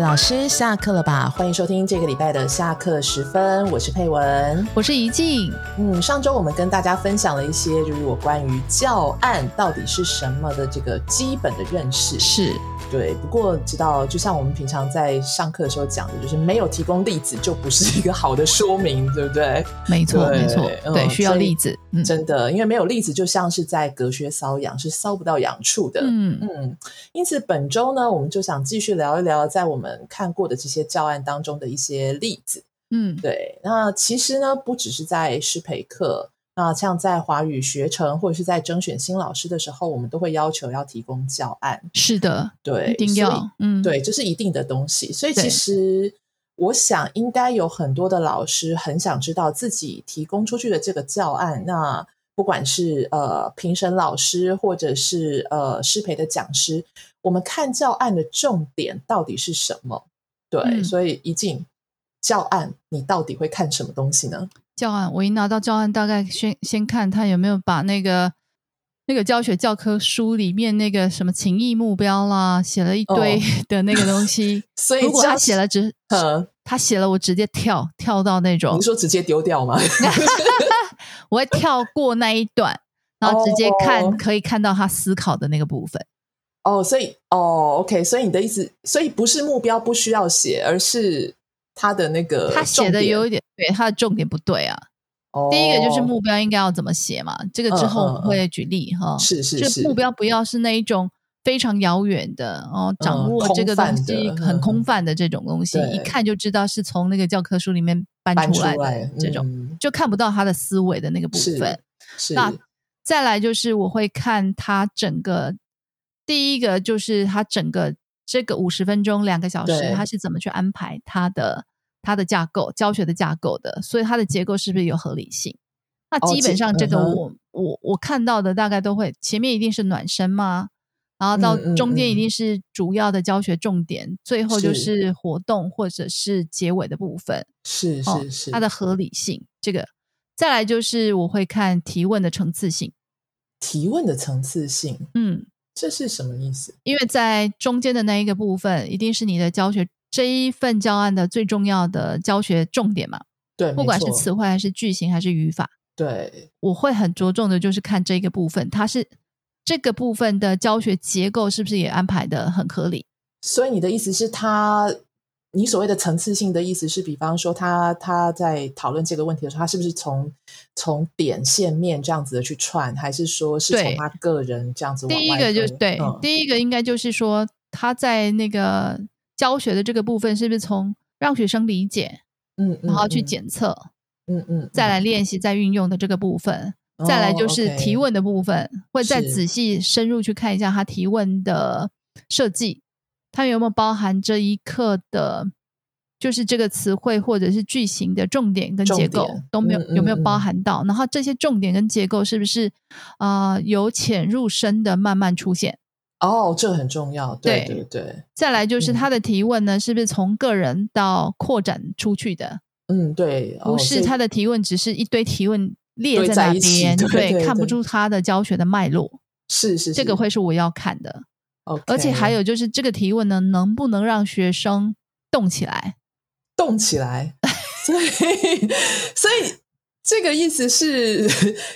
老师下课了吧？欢迎收听这个礼拜的下课时分，我是佩文。我是怡静，嗯，上周我们跟大家分享了一些，就是我关于教案到底是什么的这个基本的认识。是对，不过知道，就像我们平常在上课的时候讲的，就是没有提供例子就不是一个好的说明，对不对？没错，对没错，嗯对，需要所以例子，嗯真的，因为没有例子，就像是在隔靴搔痒，是搔不到痒处的。嗯，嗯，因此本周呢，我们就想继续聊一聊在我们看过的这些教案当中的一些例子。嗯，对，那其实呢，不只是在师培课，那像在华语学程或者是在征选新老师的时候，我们都会要求要提供教案。是的，对，一定所以要，嗯，，对，这是一定的东西。所以其对实我想，应该有很多的老师很想知道自己提供出去的这个教案，那不管是呃评审老师或者是呃师培的讲师，我们看教案的重点到底是什么？对，嗯所以一进教案，你到底会看什么东西呢？教案，我一拿到教案，大概先先看他有没有把那个那个教学教科书里面那个什么情谊目标啦，写了一堆 的那个东西。哦 所以如果这他样写 了直，呃，他写了，我直接跳跳到那种你，说直接丢掉吗？我会跳过那一段，然后直接看，哦可以看到他思考的那个部分。哦，所以哦，OK，所以你的意思，所以不是目标不需要写，而是他的那个他写呃重的点有一点，对，他的重点不对啊。哦第一个就是目标应该要怎么写嘛，这个之后我嗯嗯们嗯会举例哈。是是就是目标不要是那一种非常遥远的哦，掌握这个东西嗯空泛的嗯很空泛的这种东西，对一看就知道是从那个教科书里面搬搬出来来的这种，嗯就看不到他的思维的那个部分。是那再来就是我会看他整个，第一个就是他整个这个五十分钟两个小对时，他是怎么去安排他的他的架构教学的架构的，所以它的结构是不是有合理性？那哦基这本上这个嗯哼我、我我看到的大概都会前面一定是暖身嘛，然后到嗯嗯中间一嗯定是主要的教学重点，最后就是是活动或者是结尾的部分。是哦是是，它的合理性，这个再来就是我会看提问的层次性，提问的层次性，嗯，这是什么意思？因为在中间的那一个部分，一定是你的教学这一份教案的最重要的教学重点嘛，对，不没管是错词汇还是句型还是语法，对，我会很着重的就是看这个部分，它是这个部分的教学结构是不是也安排的很合理。所以你的意思是他。你所谓的层次性的意思是，比方说他他在讨论这个问题的时候，他是不是从从点线面这样子的去串，还是说是从对他个人这样子往第一外个就推对，嗯第一个应该就是说他在那个教学的这个部分是不是从让学生理解，嗯，然后去嗯，检测，嗯嗯，嗯再来练习、再运用的这个部分，再来就是提，哦问的部分，会再是仔细深入去看一下他提问的设计，它有没有包含这一课的，就是这个词汇或者是句型的重点跟重结构点都没有嗯有没有嗯包嗯含到，然后这些重点跟结构是不是呃由浅入深的慢慢出现？ OK 哦，这很重要，对对对对，再来就是嗯他的提问呢，是不是从个人到扩展出去的？嗯对，不是他他的提问，只是一堆提问列堆在在那一起边，对对看不对出他的教学的脉络，是是这个会是我要看的。 o k 而且还有就是这个提问呢，能不能让学生动起来？动起来，所以所以这个意思是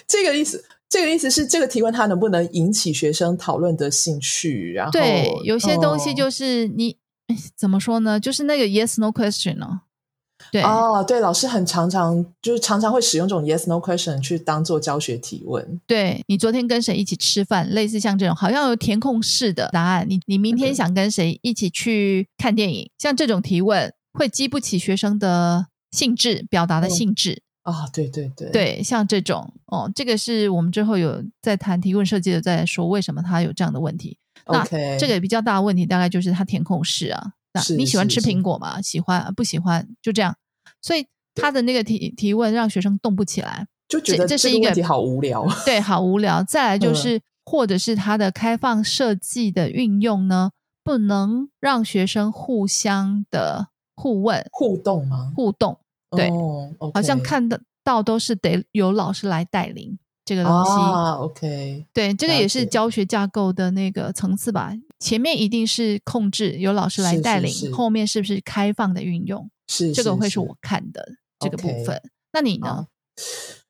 这个意思。这个意思是，这个提问它能不能引起学生讨论的兴趣？然后对，有些东西哦就是你、哎怎么说呢？就是那个 yes no question 哦。对，哦，对，老师很常常就是常常会使用这种 yes no question 去当做教学提问。对你昨天跟谁一起吃饭，类似像这种好像有填空式的答案，你你明天嗯想跟谁一起去看电影，像这种提问会激不起学生的兴致，表达的嗯兴致。啊、对对对，对，像这种哦，这个是我们之后有在谈提问设计的，在说为什么它有这样的问题。那，OK，这个比较大的问题大概就是它填空式啊，那是你喜欢是吃是苹果吗？喜欢不喜欢？就这样，所以他的那个提提问让学生动不起来，就觉这得这是个一个问题好无聊。对，好无聊。再来就嗯是，或者是它的开放设计的运用呢，不能让学生互相的互问互动吗？互动，对哦，OK、好像看得到都是得由老师来带领这个东西。啊，OK，对，这个了也解是教学架构的那个层次吧，前面一定是控制，由老师来是带是领，是后面是不是开放的运用？是这个会是我。我看的这个部 OK 哦分。那你呢好？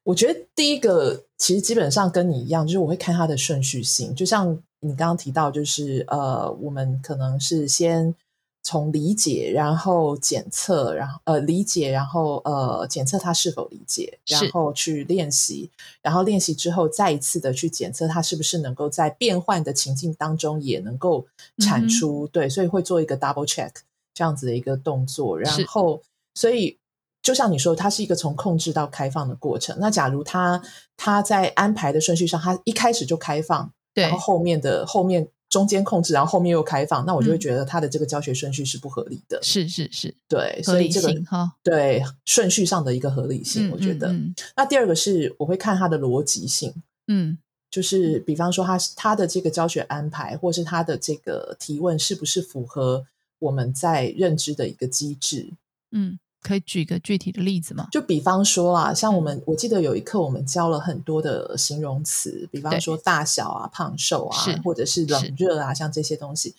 我觉得第一个其实基本上跟你一样，就是我会看它的顺序性，就像你刚刚提到，就是呃，我们可能是先从理解，然后检测，然后呃理解，然后呃检测他是否理解，是然后去练习，然后练习之后再一次的去检测他是不是能够在变换的情境当中也能够嗯哼产出，对，所以会做一个 double check 这样子的一个动作，然是后所以就像你说，它是一个从控制到开放的过程。那假如它它在安排的顺序上，它一开始就开放，对然后，后面的后面中间控制，然后后面又开放，那我就会嗯觉得它的这个教学顺序是不合理的。是是是，对，合所以理这个性哈。对顺序上的一个合理性，嗯，我觉得。嗯那第二个是我会看它的逻辑性。嗯就是比方说他他的这个教学安排，或是他的这个提问，是不是符合我们在认知的一个机制？嗯，嗯可以举个具体的例子吗？就比方说啊，像我们我记得有一课我们教了很多的形容词，比对方说大小啊、胖瘦啊是，或者是是冷热啊，像这些东西。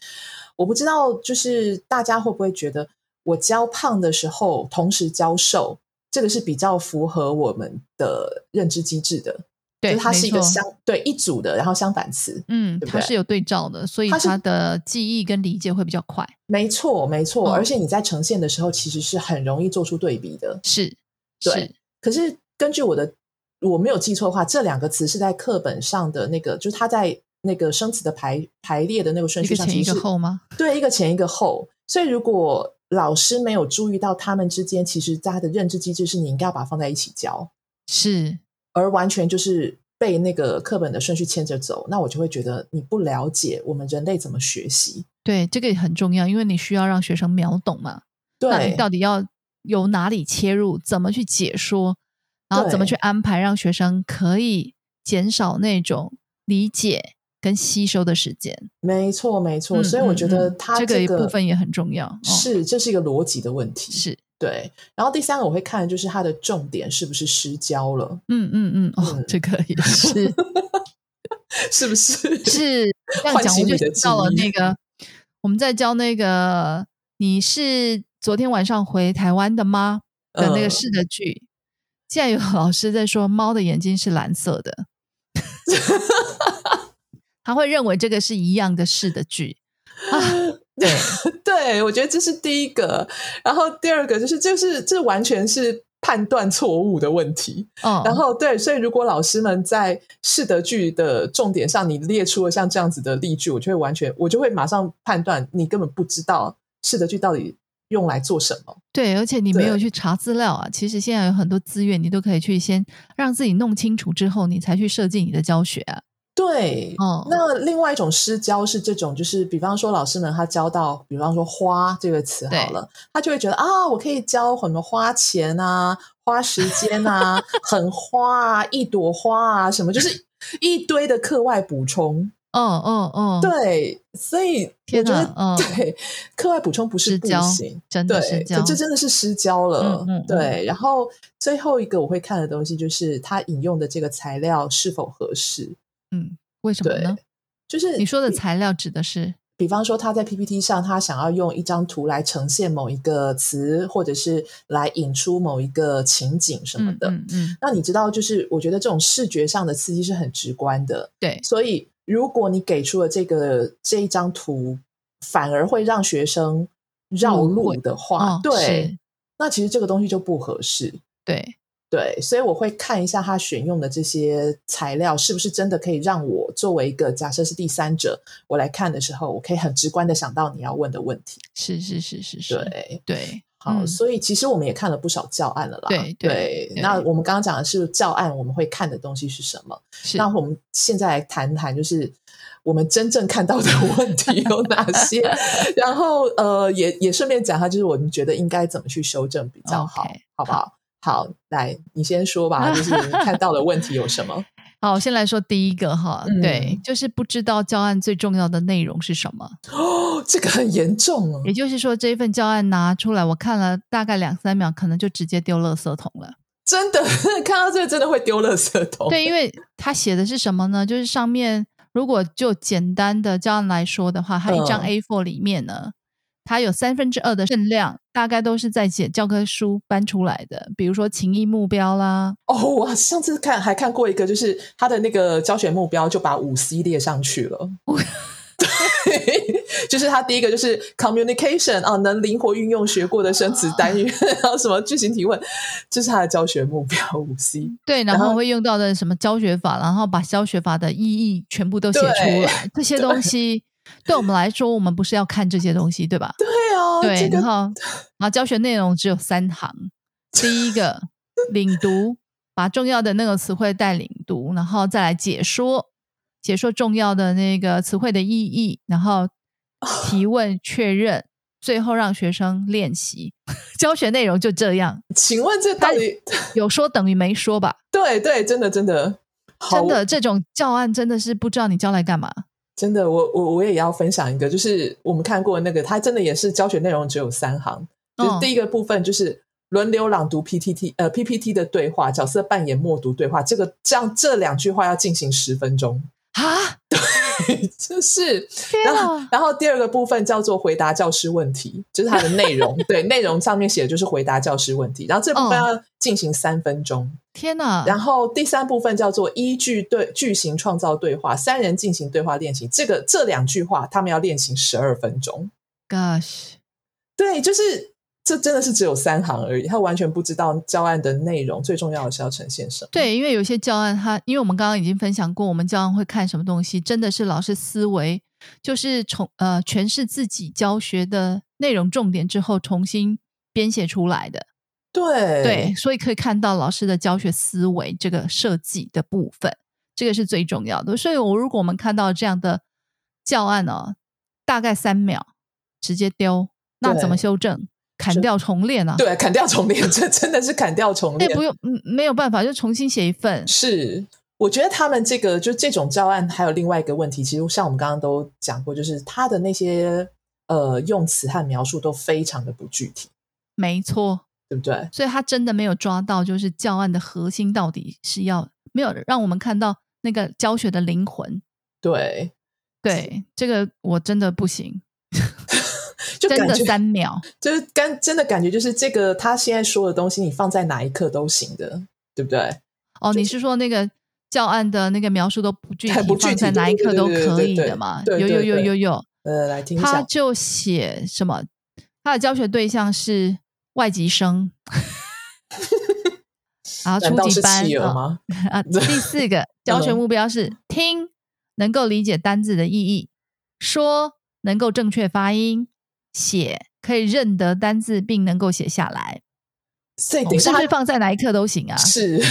我不知道，就是大家会不会觉得我教胖的时候，同时教瘦，这个是比较符合我们的认知机制的，就对，是它是没一个错相对一组的，然后相反词。嗯，对不它对是有对照的，所以它是它的记忆跟理解会比较快。没错，没错，嗯而且你在呈现的时候，其实是很容易做出对比的。是，对是，可是根据我的，我没有记错的话，这两个词是在课本上的那个，就是它在那个生词的排排列的那个顺一序个上，前其一实个是后吗？对，一个前一个后。所以如果老师没有注意到他们之间，其实他的认知机制是你应该要把它放在一起教，是，而完全就是被那个课本的顺序牵着走，那我就会觉得你不了解我们人类怎么学习。对，这个也很重要，因为你需要让学生秒懂嘛。那你对，到底要由哪里切入，怎么去解说，然后怎么对去安排，让学生可以减少那种理解跟吸收的时间。没错，没错。嗯所以我嗯觉得嗯他这个部分也很重要。哦、是，这是一个逻辑的问题。是，对，然后第三个我会看的就是它的重点是不是失焦了，嗯嗯嗯，哦，嗯这个也 是是不是？是这样唤讲，醒我就你的想到了记忆那个我们在教那个你是昨天晚上回台湾的吗的那个嗯是的句。竟然有老师在说猫的眼睛是蓝色的， 他会认为这个是一样的是的句啊，对，对， 我觉得这是第一个。然后第二个就是，就是这完全是判断错误的问题。哦，然后对，所以如果老师们在适得句的重点上，你列出了像这样子的例句，我就会完全，我就会马上判断你根本不知道适得句到底用来做什么。对，而且你没有对去查资料啊，其实现在有很多资源，你都可以去先让自己弄清楚之后，你才去设计你的教学啊，对，哦，那另外一种失教是这种，就是比方说老师们他教到，比方说“花”这个词好了，他就会觉得啊，我可以教什么花钱啊、花时间啊、 很花啊、一朵花啊什么，就是一堆的课外补充。哦哦哦，对，所以我天觉哪得、嗯 对课外补充不是失不教行，真的是对，这可样，这真的是失焦了。嗯嗯嗯对，然后最后一个我会看的东西就是他引用的这个材料是否合适，嗯，为什么对呢？就是你说的比材料指的是比方说他在 PPT 上，他想要用一张图来呈现某一个词，或者是来引出某一个情景什么的。嗯嗯嗯，那你知道，就是我觉得这种视觉上的刺激是很直观的，对，所以如果你给出了这个这一张图，反而会让学生绕误路会的话，哦对是，那其实这个东西就不合适。对，对，所以我会看一下他选用的这些材料是不是真的可以让我作为一个假设是第三者，我来看的时候，我可以很直观的想到你要问的问题。是是是是是，对，对，好，嗯所以其实我们也看了不少教案了啦。对对对那我们刚刚讲的是教案，我们会看的东西是什么？是那我们现在来谈谈，就是我们真正看 到的问题有哪些，然后呃，也也顺便讲一下，就是我们觉得应该怎么去修正比较好 OK，好不好？好，来，你先说吧，就是你看到的问题有什 么？好，我先来说第一个哈，嗯对，就是不知道教案最重要的内容是什么，哦，这个很严重哦。也就是说这一份教案拿出来，我看了大概两三秒，可能就直接丢垃圾桶了。 真的看到这个真的会丢垃圾桶。对，因为他写的是什么呢？就是上面如果就简单的这样来说的话，它一张嗯 A4 里面呢，它有三分之二的分量，大概都是在写教科书搬出来的，比如说情谊目标啦，哦，我上次看还看过一个，就是他的那个教学目标就把五 C 列上去了。对， 就是他第一个就是 communication 啊，能灵活运用学过的生词单元， 然后什么句型提问，这、是他的教学目标五 C。对，然后会用到的什么教学法，然后把教学法的意义全部都写出来，这些东西。对我们来说，我们不是要看这些东西，对吧？对啊，对，这然 个后然后教学内容只有三行，第一个领读，把重要的那个词汇带领读，然后再来解说，解说重要的那个词汇的意义，然后提问确认，最后让学生练习。 教学内容就这样，请问这到底有说等于没说吧？对对，真的真的好真的，这种教案真的是不知道你教来干嘛。真的，我我我也要分享一个，就是我们看过那个，它真的也是教学内容只有三行，就是嗯第一个部分就是轮流朗读 PPT 呃 PPT 的对话，角色扮演默读对话，这个这样这两句话要进行十分钟， 啊！就是天然后啊，然后第二个部分叫做回答教师问题，就是它的内 容，对内容上面写的就是回答教师问题，然后这部分哦要进行三分钟，天啊！然后第三部分叫做依据对句型创造对话，三人进行对话练习。这个这两句话他们要练习十二分钟。 Gosh，对，就是这真的是只有三行而已，他完全不知道教案的内容，最重要的是要呈现什么。对，因为有些教案它，因为我们刚刚已经分享过，我们教案会看什么东西，真的是老师思维，就是重呃诠释自己教学的内容重点之后，重新编写出来的。对对，所以可以看到老师的教学思维这个设计的部分，这个是最重要的。所以，我如果我们看到这样的教案哦，大概三秒直接丢，那怎么对修正？砍是掉重练啊？对砍掉重练， 这真的是砍掉重那练。不用，嗯没有办法，就重新写一份。是，我觉得他们这个就这种教案，还有另外一个问题，其实像我们刚刚都讲过，就是他的那些呃用词和描述都非常的不具体，没错，对不对？所以他真的没有抓到，就是教案的核心到底是要没有让我们看到那个教学的灵魂。对，对，这个我真的不行，就真感的觉三秒。就是干真的感觉就是这个他现在说的东西，你放在哪一刻都行的，对不对？哦，你是说那个教案的那个描述都不具体，太不具体放在哪一刻都对对对可对以对的嘛？对有对有有对有有，呃，来听一他下，就写什么？他的教学对象是外籍生， 然后难初道级是班企鹅啊吗？ 啊，第 四个教学嗯目标是听能够理解单字的意义，说能够正确发音，写可以认得单字并能够写下来。所以我哎等一们是下哦不是放在哪一课都行啊他？是，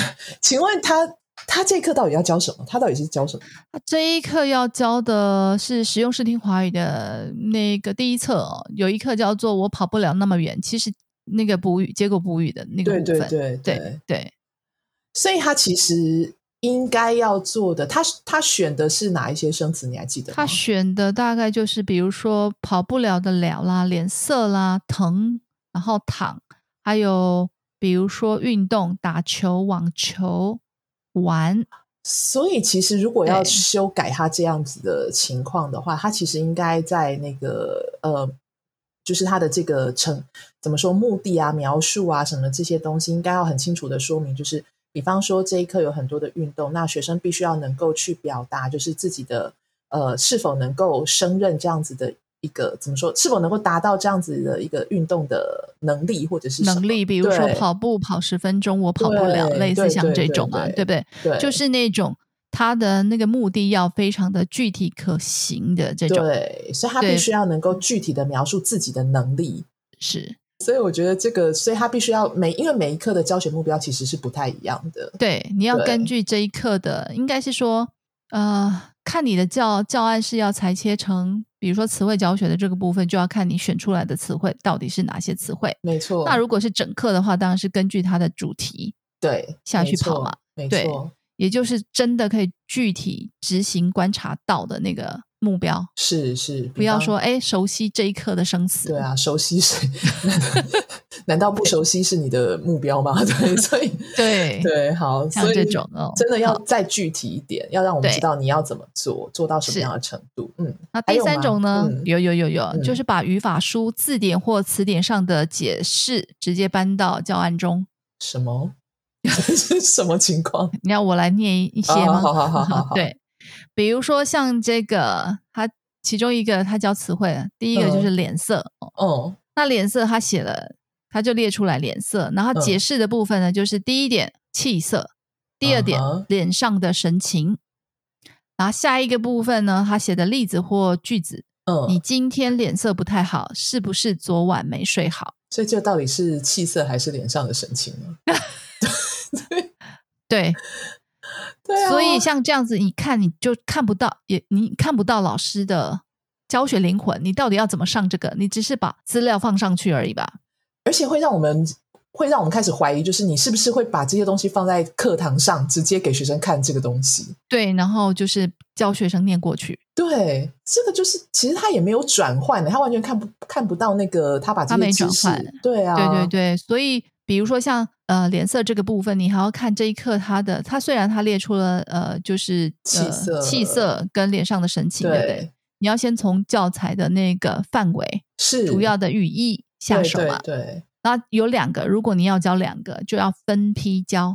请问他他这一课到底要教什么？他到底是教什么？那这一课要教的是实用视听华语的那个第一册、哦，有一课叫做“我跑不了那么远”，其实那个补语结果补语的那个对部对分，对对对所以他其实应该要做的，他他选的是哪一些生词？你还记得吗？他选的大概就是，比如说跑不了的了啦、脸色啦、疼，然后躺，还有比如说运动、打球、网球、玩，所以其实如果要对修改他这样子的情况的话，他其实应该在那个呃，就是他的这个成怎么说目的啊、描述啊什么这些东西，应该要很清楚的说明。就是比方说这一课有很多的运动，那学生必须要能够去表达，就是自己的呃是否能够胜任这样子的一个怎么说，是否能够达到这样子的一个运动的能力或者是什么能力，比如说对跑步跑十分钟，我跑不了，对类似对像对这对种啊，对对不对？对，就是那种他的那个目的要非常的具体可行的这种，对，所以他对必须要能够具体的描述自己的能力。是所以我觉得这个，所以他必须要每，因为每一课的教学目标其实是不太一样的。对，你要对根据这一课的，应该是说，呃，看你的教教案是要裁切成，比如说词汇教学的这个部分，就要看你选出来的词汇到底是哪些词汇。没错，那如果是整课的话，当然是根据它的主题，对下去跑嘛，没对错，也就是真的可以具体执行观察到的那个目标，是是，比不要方说哎熟悉这一刻的生死。对啊，熟悉是 难难道不熟悉是你的目标吗？ 对，所以对对，好，像所以这种哦，真的要好。再具体一点，要让我们对知道你要怎么做，做到什么样的程度。嗯，那还第有三吗种呢？嗯有有有有，嗯就是把语法书、字典或词典上的解释直接搬到教案中。什么？ 是什么情 况？你要我来念一一些哦吗？好好好好好 对，比如说像这个，它其中一个它教词汇，第一个嗯就是脸色。哦哦，那脸色它写了，它就列出来脸色，然后嗯解释的部分呢，就是第一点气色，第二点、嗯哼脸上的神情。然后下一个部分呢，它写的例子或句子，你嗯，今天脸色不太好，是不是昨晚没睡好？所以这到底是气色还是脸上的神情呢？对，对啊，所以像这样子，你看你就看不到，也你看不到老师的教学灵魂，你到底要怎么上这个？你只是把资料放上去而已吧？而且会让我们会让我们开始怀疑，就是你是不是会把这些东西放在课堂上，直接给学生看这个东西？对，然后就是教学生念过去，对，这个就是其实他也没有转换欸的，他完全看不看不到那个他把这他没些知转识换，对啊，对对对，所以比如说像呃脸色这个部分，你还要看这一课他的，他虽然他列出了呃就是气呃色气色跟脸上的神情，对不对对？你要先从教材的那个范围、是主要的语义下手啊嘛。对对然后有两个，如果你要教两个，就要分批教。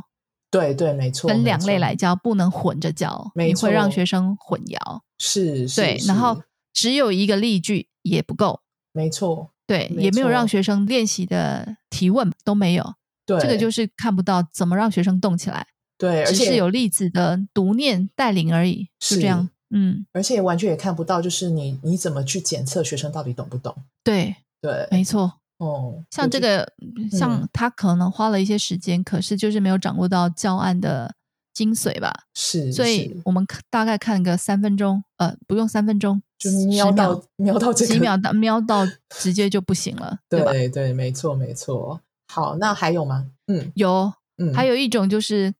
对对对，没错，分没两类错来教，不能混着教，没你会让错学生混淆。是，是对，是然后只有一个例句也不够，没错，对，没也没有让错学生练习的提问都没有，对，这个就是看不到怎么让学生动起来，对，而只且是有例子的读念带领而已，就是这样。嗯，而且完全也看不到，就是你你怎么去检测学生到底懂不懂？对，对，嗯没错。哦，哎像这个，像他可能花了一些时间，可是就是没有掌握到教案的精髓吧，是，所以我们看大概看个三分钟，呃，不用三分钟，是就10瞄秒到瞄到 这个几秒到瞄到直接就不行了，对吧？对对，没错没错。好，那还有吗？嗯有，嗯，还有，有一种就是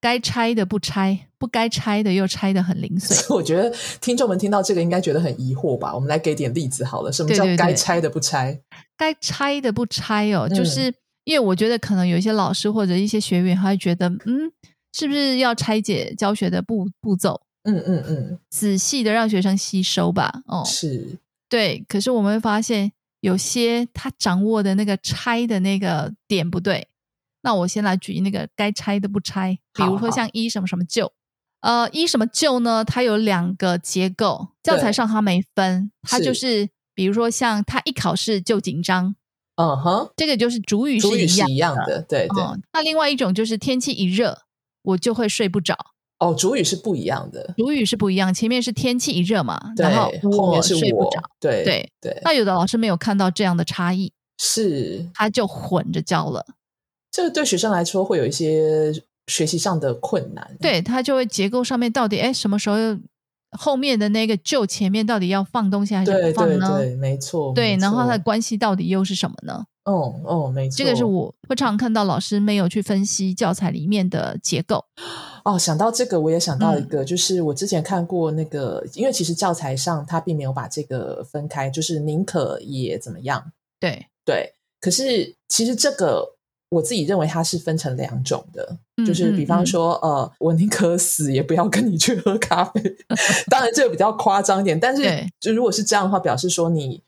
该拆的不拆，不该拆的又拆的很零碎。我觉得听众们听到这个应该觉得很疑惑吧？我们来给点例子好了，什么对叫对该对拆的不拆？该拆的不拆哦，就嗯是因为我觉得可能有一些老师或者一些学员，他会觉得，嗯，是不是要拆解教学的步步骤，嗯嗯嗯，仔细的让学生吸收吧？哦，是对。可是我们会发现，有些他掌握的那个拆的那个点不对。那我先来举那个该拆的不拆，比如好好说像一什么什么旧，呃，一什么旧呢？它有两个结构，教材对上它没分，它就是是比如说像他一考试就紧张，嗯哼，这个就是主语主是语一是样一样的，对对哦。那另外一种就是天气一热，我就会睡不着。哦，主语是不一样的，主语是不一样，前面是天气一热嘛，对然后，后面是睡不我着。，对对，对，那有的老师没有看到这样的差异，是他就混着教了。这个对学生来说会有一些学习上的困难，对他就会结构上面到底哎什么时候后面的那个就前面到底要放东西还是对不放对呢？对，没错，对没然后错它的关系到底又是什么呢？哦哦，没错，这个是我会常常看到老师没有去分析教材里面的结构。哦，想到这个，我也想到一嗯个，就是我之前看过那个，因为其实教材上它并没有把这个分开，就是宁可也怎么样，对，对。可是其实这个我自己认为它是分成两种的，嗯就是比方，嗯说，呃，我宁可死也不要跟你去喝咖啡。 当然，这个比较夸张一点，但是对就如果是这样的话，表示说你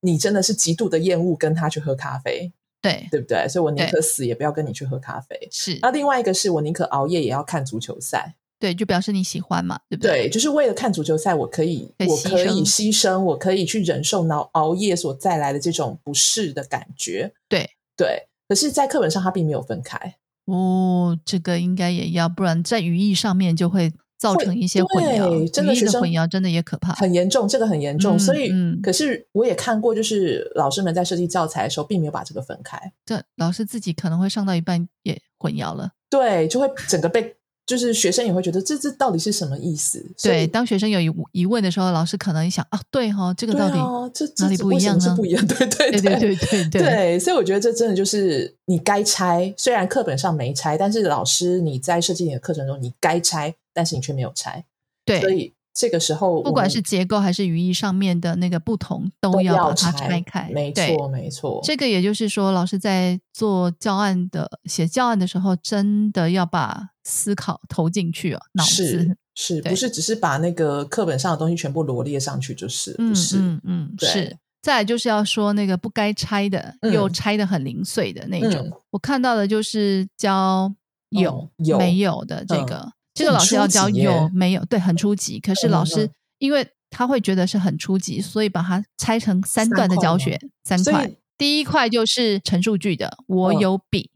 你真的是极度的厌恶跟他去喝咖啡，嗯对，对不啊对？所以我宁对可死也不要跟你去喝咖啡。是那另外一个是我宁可熬夜也要看足球赛，对，就表示你喜欢嘛，对不对？对，就是为了看足球赛，我可以可以我牺可以牲牺牲，我可以去忍受熬熬夜所带来的这种不适的感觉，对对。可是，在课本上它并没有分开，哦，这个应该也要，不然在语义上面就会造会成一些混淆，对真的语义学生混淆真的也可怕。很严重，这个很严重。嗯所以，嗯可是我也看过，就是老师们在设计教材的时候，并没有把这个分开，这老师自己可能会上到一半也混淆了。对，就会整个被，就是学生也会觉得这这到底是什么意思？所以对，当学生有疑疑问的时候，老师可能一想啊，对哈、哦，这个对到底，啊，这这哪里这不一为什么样是呢不一样， 对对对对对对对对，所以我觉得这真的就是你该拆，虽然课本上没拆，但是老师你在设计你的课程中，你该拆，但是你却没有拆，对所以这个时候我们不管是结构还是语义上面的那个不同，都都要把要它拆开。没对错，没错，这个也就是说，老师在做教案的写教案的时候，真的要把思考投进去哦，脑是子。是对不是只是把那个课本上的东西全部罗列上去就是？嗯不是，嗯嗯，对是。再来就是要说那个不该拆的，嗯又拆的很零碎的那种。 嗯我看到的就是教有、嗯有没有的这嗯个，这这个很老师要初级教耶有没有，对，很初级。可是老师、嗯嗯因为他会觉得是很初级，所以把它拆成三三段的块教吗学，三所以块。第一块就是陈述句的，我嗯有笔。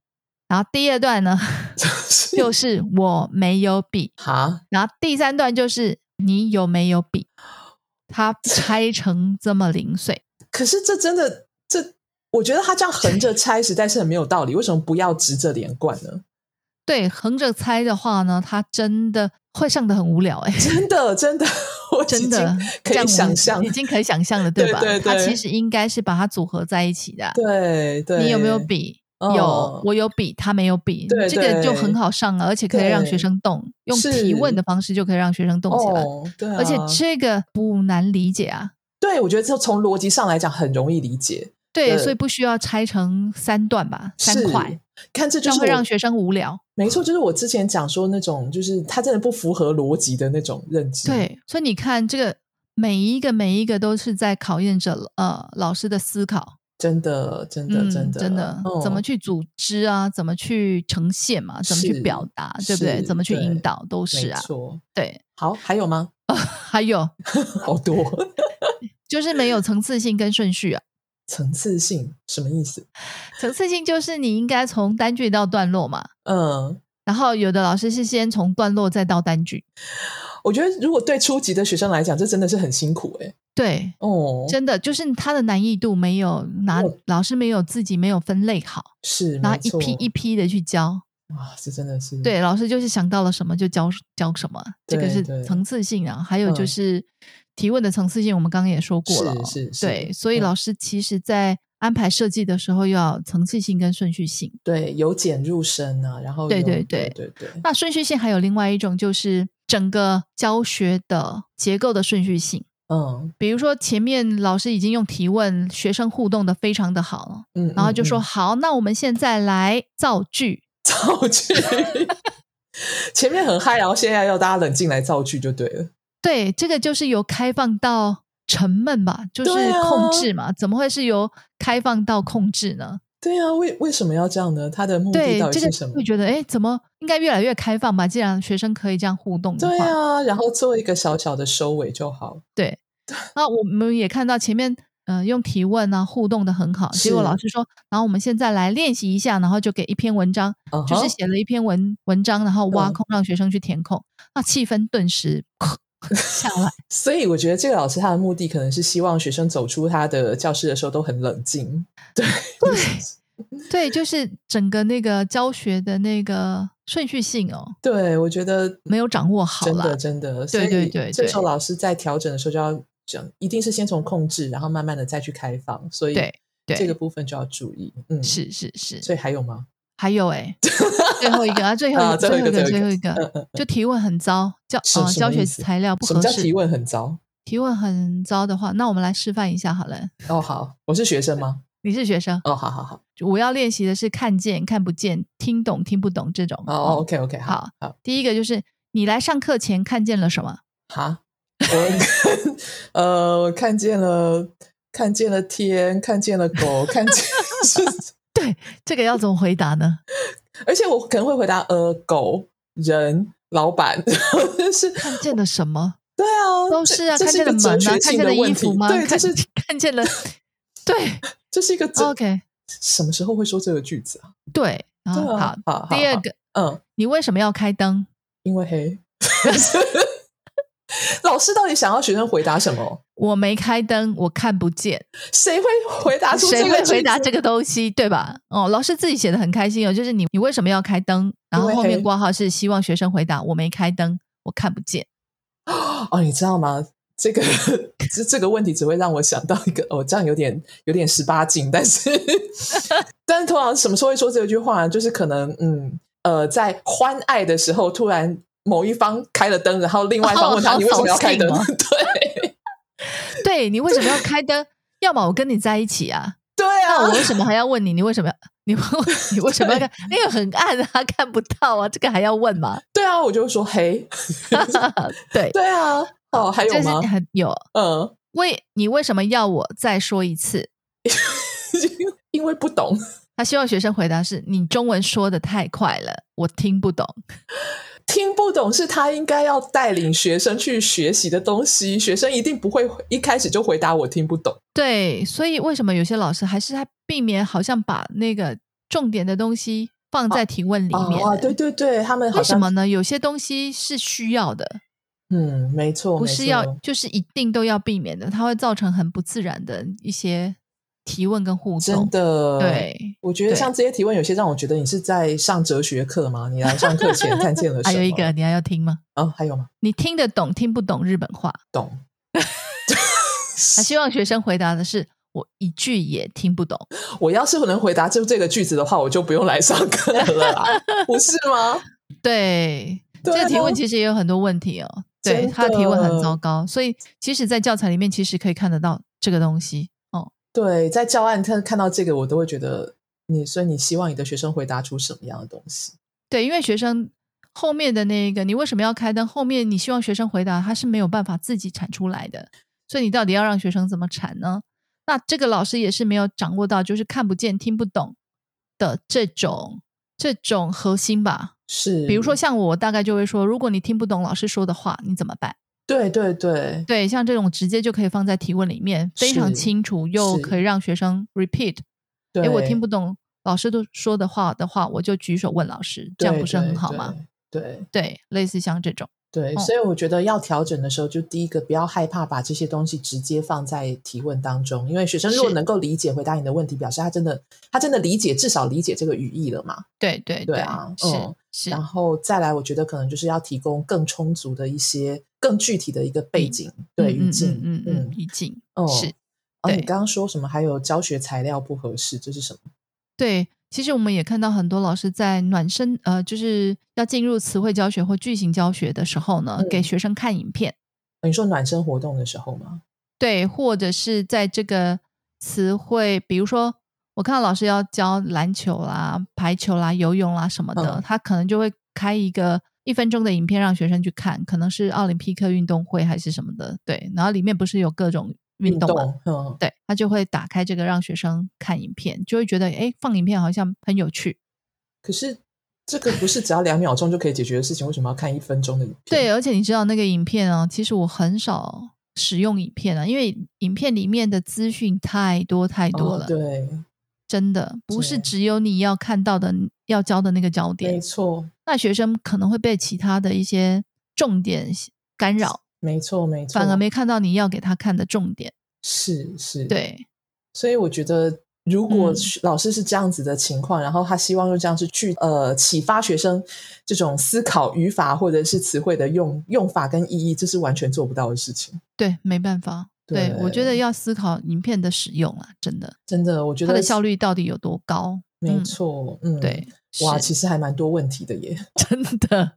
然后第二段呢，就是 就是我没有笔。哈，然后第三段就是你有没有笔？它拆成这么零碎，可是这真的这，我觉得他这样横着拆实在是很没有道理。为什么不要直着连贯 呢？对，横着拆的话呢，它真的会上的很无聊哎、真的，真的， 我已真经的可这样以我想象已。经可以想象了，对对吧？对它其对实应该是把它组合在一起的啊、对对，你有没有笔？嗯有，我有笔，他没有笔，对这个就对很好上了，而且可以让学对生动，用是提问的方式就可以让学生动起来，哦，对啊，而且这个不难理解啊。对我觉得这从逻辑上来讲很容易理解，对，对所以不需要拆成三段吧，三是块，。看这就这样是会我让学生无聊。没错，就是我之前讲说那种，就是他真的不符合逻辑的那种认知。，对，所以你看，这个每一个每一个都是在考验着呃老师的思考，真的，真的，嗯，真的，真的、嗯怎么去组织啊，怎么去呈现嘛，怎么去是表达，对不对？是怎么去对引导都嗯是没啊，错。对。好，还有吗？ 还有好多就是没嗯有层次性跟顺序啊，层次性什么意思？层次性就是你应该从单句到段落嘛，嗯，然后有的老师是先从段落再到单句，我觉得如果对初级的学生来讲，这真的是很辛苦哎、对，哦，真的就是它的难易度没有拿我老师没有自己没有分类好，是，然后没一错批一批的去教。哇，这真的是对，老师就是想到了什么就教教什么，这个嗯对是对层次性啊。还有就嗯是提问的层次性，我们刚刚也说过了哦。是是是对，所以嗯老师其实在安排设计的时候要有层次性跟顺序性。对，由简入深啊，然后对有对对对对对，那顺序性还有另外一种就是整个教学的结构的顺序性。嗯比如说前面老师已经用提问，学生互动的非常的好了，嗯，然后就嗯说、嗯好，那我们现在来造句。造句， 前面很嗨，然后现在要大家冷静来造句就对了，对，这个就是由开放到沉闷吧，就是对啊控制嘛，怎么会是由开放到控制呢？对啊，为为什么要这样呢？他的目的对到，底这个是什么会？觉得哎，诶怎么应该越来越开放吧？既然学生可以这样互动的对话，啊，然后做一个小小的收尾就好。对。那我们也看到前面。呃，用提问啊，互动的很好。结果是老师说，然后我们现在来练习一下，然后就给一篇文章，嗯就哼是写了一篇文文章，然后挖嗯空让学生去填空，那气氛顿时 下来。所以我觉得这个老师他的目的可能是希望学生走出他的教室的时候都很冷静。对对，就是整个那个教学的那个顺序性哦，对，我觉得没有掌握好真的啦。真的，对对对所以这时候对老师在调整的时候就要讲，一定是先从控制，然后慢慢的再去开放。所以对对，这个部分就要注意。嗯，。是是是。所以还有吗？还有哎、 最后一个啊，最后一啊个，最后一个最后一个，最最后后一一个个，就提问很糟，教是呃什教么学意思材料不什么合叫适，提问很糟？提问很糟的话，那我们来示范一下好了。哦，好，我是学生吗？你是学生，哦，好好好，我要练习的是看见、看不见、听懂、听不懂这种。哦，OK OK，好好好第一个就是你来上课前看见了什么？哈，我 呃，我看见了，看见了天，看见了 狗，看见是，这个要怎么回答呢？而且我可能会回答呃，狗、人、老板， 就是看见了什么？对啊，都这是啊，这看是一个见了门哲学啊，看性见的了衣问题服，吗？对，看哦这是 看见了， 对这是一个哲， ，OK，什么时候会说这个句子啊？对，然对后啊好，，好，好第二好个，嗯，你为什么要 开灯？ 因为黑，老师到底想要学生回答什么？我没开灯，我看不见，谁会 回答出这谁个会句子？回答这个东西，对吧？哦，老师自己写的很开心哦，就是你，你为什么要开灯？然因后为后面黑挂号是希望学生回答我没开灯，我看不见。哦，你知道吗？这个这这个问题只会让我想到一个哦，这样有点有点十八禁，但 是但是通常什么时候会说这句话呢？就是可能嗯呃，在欢爱的时候突然某一方开了灯，然后另外一方哦问他、好你为什么要开灯？扫兴 哦对对你为什么要开灯？要么我跟你在一起啊， 对那我啊，为什么还要问你？你为什么要？你问我你为什么要看？那个很暗啊，看不到啊，这个还要问吗？对啊，我就说嘿， 对，对啊，哦，还有这是 吗？很有。嗯， 为你为什么要我再说一次？因为不懂，他希望学生回答是：你中文说的太快了，我听不懂。听不懂是他应该要带领学生去学习的东西，学生一定不会一开始就回答我听不懂。对，所以为什么有些老师还是他避免好像把那个重点的东西放在提问里面哦，的对对对，他们好为什像么呢？有些东西是需要的，嗯，没错，不没是错要就是一定都要避免的，它会造成很不自然的一些提问跟互真动。的。对，我觉得对像这些提问，有些让我觉得你是在上哲学课吗？你来上课前看见了什么？ 还有一个，你还要听吗？啊，还有吗？你听得懂听不懂日本话？懂， 他希望学生回答的是我一句也听不懂。我要是能回答就这个句子的话，我就不用来上课了 啦，不是吗？对，对这啊个提问其实也有很多问题哦。对，真他的提问很的糟糕，所以即使在教材里面，其实可以看得到这个东西哦。对，在教案看看到这个，我都会觉得你，所以你希望你的学生回答出什么样的东西？对，因为学生后面的那个，你为什么要开灯？后面你希望学生回答，他是没有办法自己产出来的，所以你到底要让学生怎么产呢？那这个老师也是没有掌握到，就是看不见、听不懂的这种这种核心吧。是，比如说，，像我大概就会说，如果你听不懂老师说的话，你怎么办？对对对，对，像这种直接就可以放在提问里面，非常是清楚，又是可以让学生 repeat。对，诶，我听不懂老师都说的话的话，我就举手问老师，这对，样不是很对好吗？？对对对，类似像这种，对，嗯所以我觉得要调整的时候，就第一个不要害怕把这些东西直接放在提问当中，因为学生如果是能够理解回答你的问题，表示他真的他真的理解，至少理解这个语义了嘛。对对对啊是、嗯是然，后再来，我觉得可能就是要提供更充足的一些更具体的一个背景，对嗯语境，嗯嗯嗯，语境、嗯是。哦，你对刚刚说什么？还有教学材料不合适，这是什么？对。其实我们也看到很多老师在暖身，呃，就是要进入词汇教学或句型教学的时候呢，嗯给学生看影片，哦你说暖身活动的时候吗？对，或者是在这个词汇，比如说我看到老师要教篮球啦、排球啦、游泳啦什么的，嗯他可能就会开一个一分钟的影片让学生去看，可能是奥林匹克运动会还是什么的，对，然后里面不是有各种运动嘛，啊嗯，对他就会打开这个让学生看影片，就会觉得诶，放影片好像很有趣，可是这个不是只要两秒钟就可以解决的事情，为什么要看一分钟的影片？对，而且你知道那个影片啊，其实我很少使用影片啊，因为影片里面的资讯太多太多哦了，对，真的不是对只有你要看到的、要教的那个焦没点，错，那学生可能会被其他的一些重点干扰，没错，没错，反而没看到你要给他看的重点。是是，，对，所以我觉得。如果嗯是老师是这样子的情况，然后他希望用这样子去呃启发学生这种思考语法或者是词汇的用用法跟意义，这是完全做不到的事情。对，没办法。对，我觉得要思考影片的使用啊，真的，真的，我觉它得的效率到底有多高？没嗯错，嗯，对，，哇，是其实还蛮多问题的耶。 真的。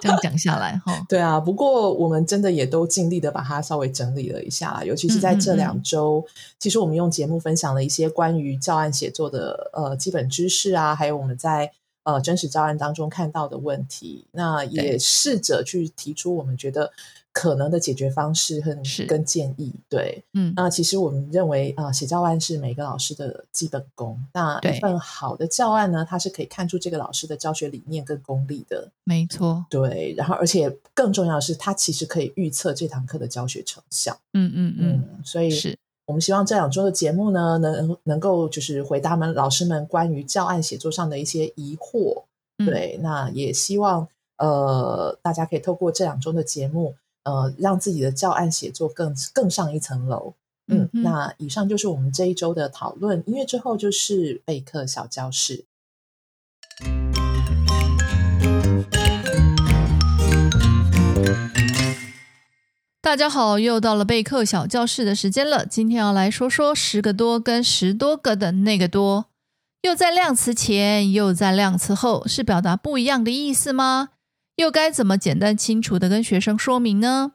这样讲下来哈，对啊，不过我们真的也都尽力的把它稍微整理了一下啦，尤其是在这嗯两周，其实我们用节目分享了一些关于教案写作的呃基本知识啊，还有我们在呃真实教案当中看到的问题，那也对试着去提出我们觉得可能的解决方式和是跟建议。对，嗯，那其实我们认为啊、呃写教案是每个老师的基本功。那对一份好的教案呢，它是可以看出这个老师的教学理念跟功力的。没错，对，然后而且更重要的是，它其实可以预测这堂课的教学成效。嗯嗯嗯，嗯，所以是我们希望这两周的节目呢，能能够就是回答们老师们关于教案写作上的一些疑惑。嗯对，那也希望呃大家可以透过这两周的节目，呃，让自己的教案写作更更上一层楼。嗯嗯，哼那以上就是我们这一周的讨论。音乐之后就是备课小教室。大家好，又到了备课小教室的时间了。今天要来说说十个多跟十多个的那个多，又在量词前，又在量词后，是表达不一样的意思吗？又该怎么简单清楚的跟学生说明呢？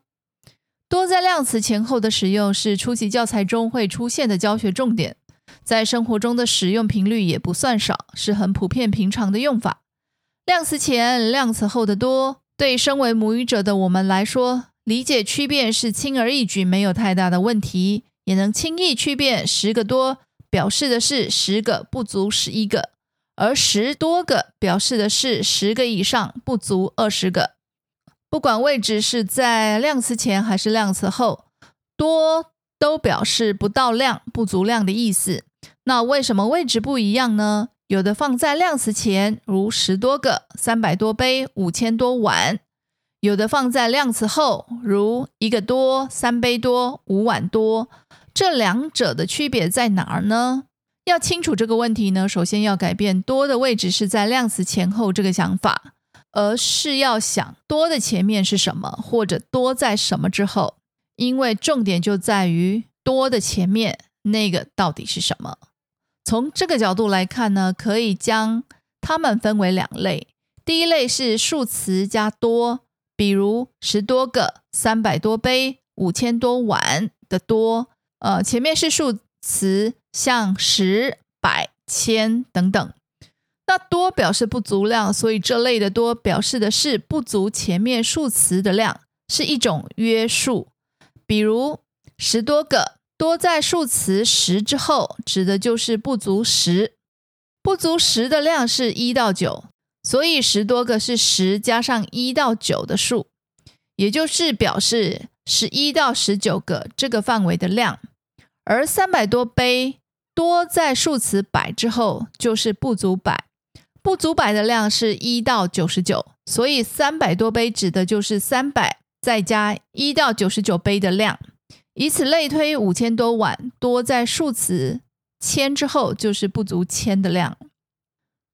多在量词前后的使用是初级教材中会出现的教学重点，在生活中的使用频率也不算少，是很普遍平常的用法。量词前、量词后的多，对身为母语者的我们来说，理解区辨是轻而易举，没有太大的问题，也能轻易区辨十个多表示的是十个不足十一个，而十多个表示的是十个以上不足二十个。不管位置是在量词前还是量词后，多都表示不到量、不足量的意思。那为什么位置不一样呢？有的放在量词前，如十多个、三百多杯、五千多碗；有的放在量词后，如一个多、三杯多、五碗多。这两者的区别在哪儿呢？要清楚这个问题呢，首先要改变多的位置是在量词前后这个想法。而是要想多的前面是什么，或者多在什么之后，因为重点就在于多的前面那个到底是什么。从这个角度来看呢，可以将它们分为两类。第一类是数词加多，比如十多个、三百多杯、五千多碗的多，呃，前面是数词，像十、百、千等等。那多表示不足量，所以这类的多表示的是不足前面数词的量，是一种约束。比如十多个，多在数词十之后，指的就是不足十。不足十的量是一到九，所以十多个是十加上一到九的数，也就是表示十一到十九个这个范围的量。而三百多杯多在数词百之后，就是不足百。不足百的量是一到九十九，所以三百多杯指的就是三百再加一到九十九杯的量。以此类推，五千多碗多在数词千之后就是不足千的量。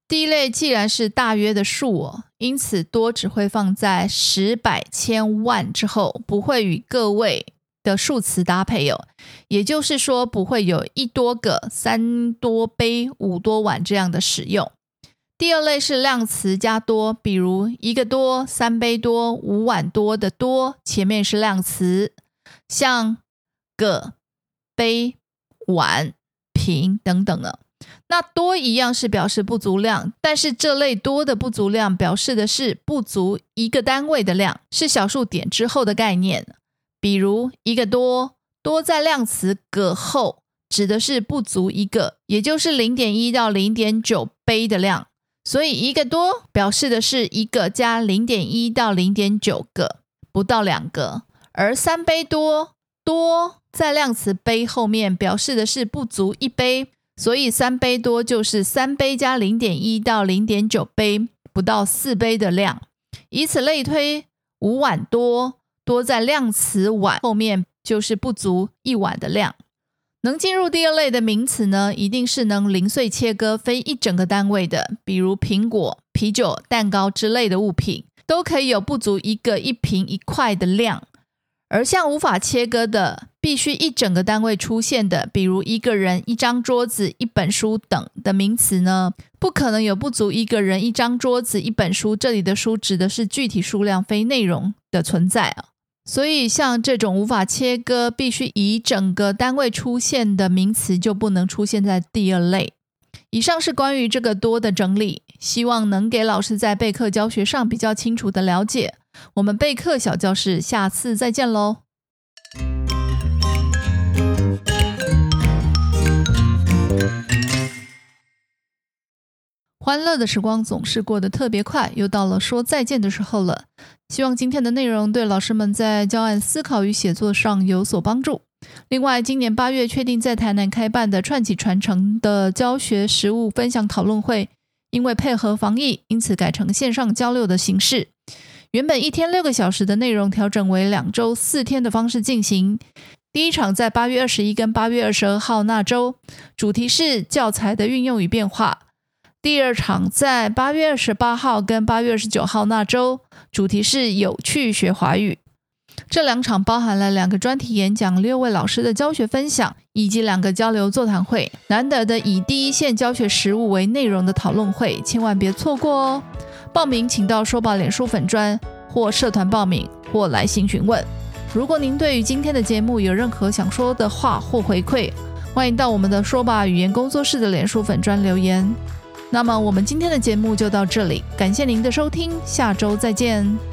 第一类既然是大约的数哦，因此多只会放在十、百、千、万之后，不会与个位的数词搭配哦。也就是说，不会有一多个、三多杯、五多碗这样的使用。第二类是量词加多，比如一个多、三杯多、五碗多的多，前面是量词，像个、杯、碗、瓶等等的。那多一样是表示不足量，但是这类多的不足量表示的是不足一个单位的量，是小数点之后的概念。比如一个多，多在量词个后，指的是不足一个，也就是零点一到零点九杯的量。所以一个多表示的是一个加零点一到零点九个，不到两个；而三杯多多在量词杯后面表示的是不足一杯，所以三杯多就是三杯加零点一到零点九杯，不到四杯的量。以此类推，五碗多多在量词碗后面就是不足一碗的量。能进入第二类的名词呢，一定是能零碎切割非一整个单位的，比如苹果、啤酒、蛋糕之类的物品，都可以有不足一个一瓶一块的量。而像无法切割的，必须一整个单位出现的，比如一个人、一张桌子、一本书等的名词呢，不可能有不足一个人、一张桌子、一本书。这里的书指的是具体数量，非内容的存在啊。所以，像这种无法切割、必须以整个单位出现的名词，就不能出现在第二类。以上是关于这个多的整理，希望能给老师在备课教学上比较清楚的了解。我们备课小教室，下次再见喽！欢乐的时光总是过得特别快，又到了说再见的时候了。希望今天的内容对老师们在教案思考与写作上有所帮助。另外，今年八月确定在台南开办的“串起传承”的教学实务分享讨论会，因为配合防疫，因此改成线上交流的形式。原本一天六个小时的内容调整为两周四天的方式进行。第一场在八月二十一跟八月二十二号那周，主题是教材的运用与变化。第二场在八月二十八号跟八月二十九号那周，主题是有趣学华语。这两场包含了两个专题演讲、六位老师的教学分享，以及两个交流座谈会，难得的以第一线教学实务为内容的讨论会，千万别错过哦！报名请到说吧脸书粉专或社团报名，或来信询问。如果您对于今天的节目有任何想说的话或回馈，欢迎到我们的说吧语言工作室的脸书粉专留言。那么我们今天的节目就到这里，感谢您的收听，下周再见。